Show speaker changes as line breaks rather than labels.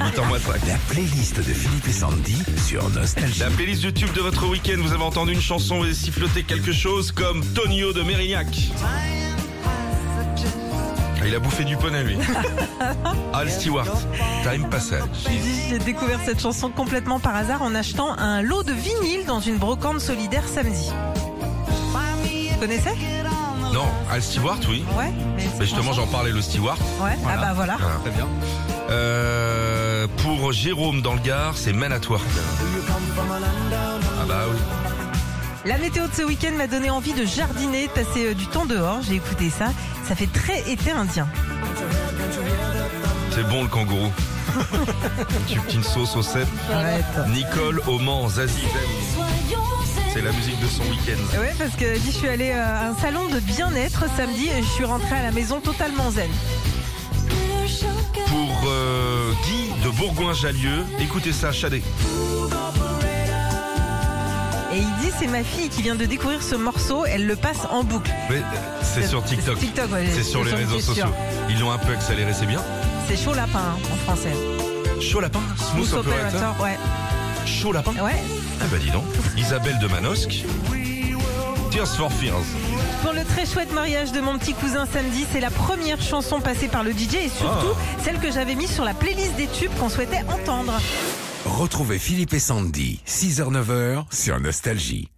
8h 5.
La playlist de Philippe et Sandy sur Nostalgie.
La playlist YouTube de votre week-end, vous avez entendu une chanson, vous avez siffloté quelque chose comme Tonio de Mérignac. Ah, Il a bouffé du poney lui. Al Stewart, Time Passage.
J'ai découvert cette chanson complètement par hasard en achetant un lot de vinyle dans une brocante solidaire samedi. Vous connaissez
Non, Al Stewart, oui.
Ouais. mais
Bah, justement, j'en
franchement-
parlais, le Stewart.
Ouais. Ah bah voilà.
Très bien. Euh, pour Jérôme dans le Gard, c'est Man at Work. Ah bah oui.
La météo de ce week-end m'a donné envie de jardiner, de passer euh, du temps dehors. J'ai écouté ça. Ça fait très été indien.
C'est bon le kangourou. Une petite sauce au cèpe.
Arrête.
Nicole au Mans, Zazie. Zazie. C'est la musique de son week-end.
Ouais, parce que dit, je suis allée euh, à un salon de bien-être samedi et je suis rentrée à la maison totalement zen.
Pour euh, Guy de Bourgoin-Jallieu, écoutez ça, Chadé.
Et il dit, c'est ma fille qui vient de découvrir ce morceau. Elle le passe en boucle.
Mais, euh, C'est sur TikTok.
TikTok, ouais,
C'est sur les
c'est
réseaux
sûr.
sociaux. Ils l'ont un peu accéléré, c'est bien.
C'est chaud lapin hein, en français.
Chaud lapin, smooth
Smooth
operator.
Operator, ouais.
Chaud lapin.
Ouais.
Ah bah dis donc. Isabelle de Manosque. Tears for Fears.
Pour le très chouette mariage de mon petit cousin samedi, c'est la première chanson passée par le DJ et surtout celle que j'avais mise sur la playlist des tubes qu'on souhaitait entendre.
Retrouvez Philippe et Sandy, 6h-9h sur Nostalgie.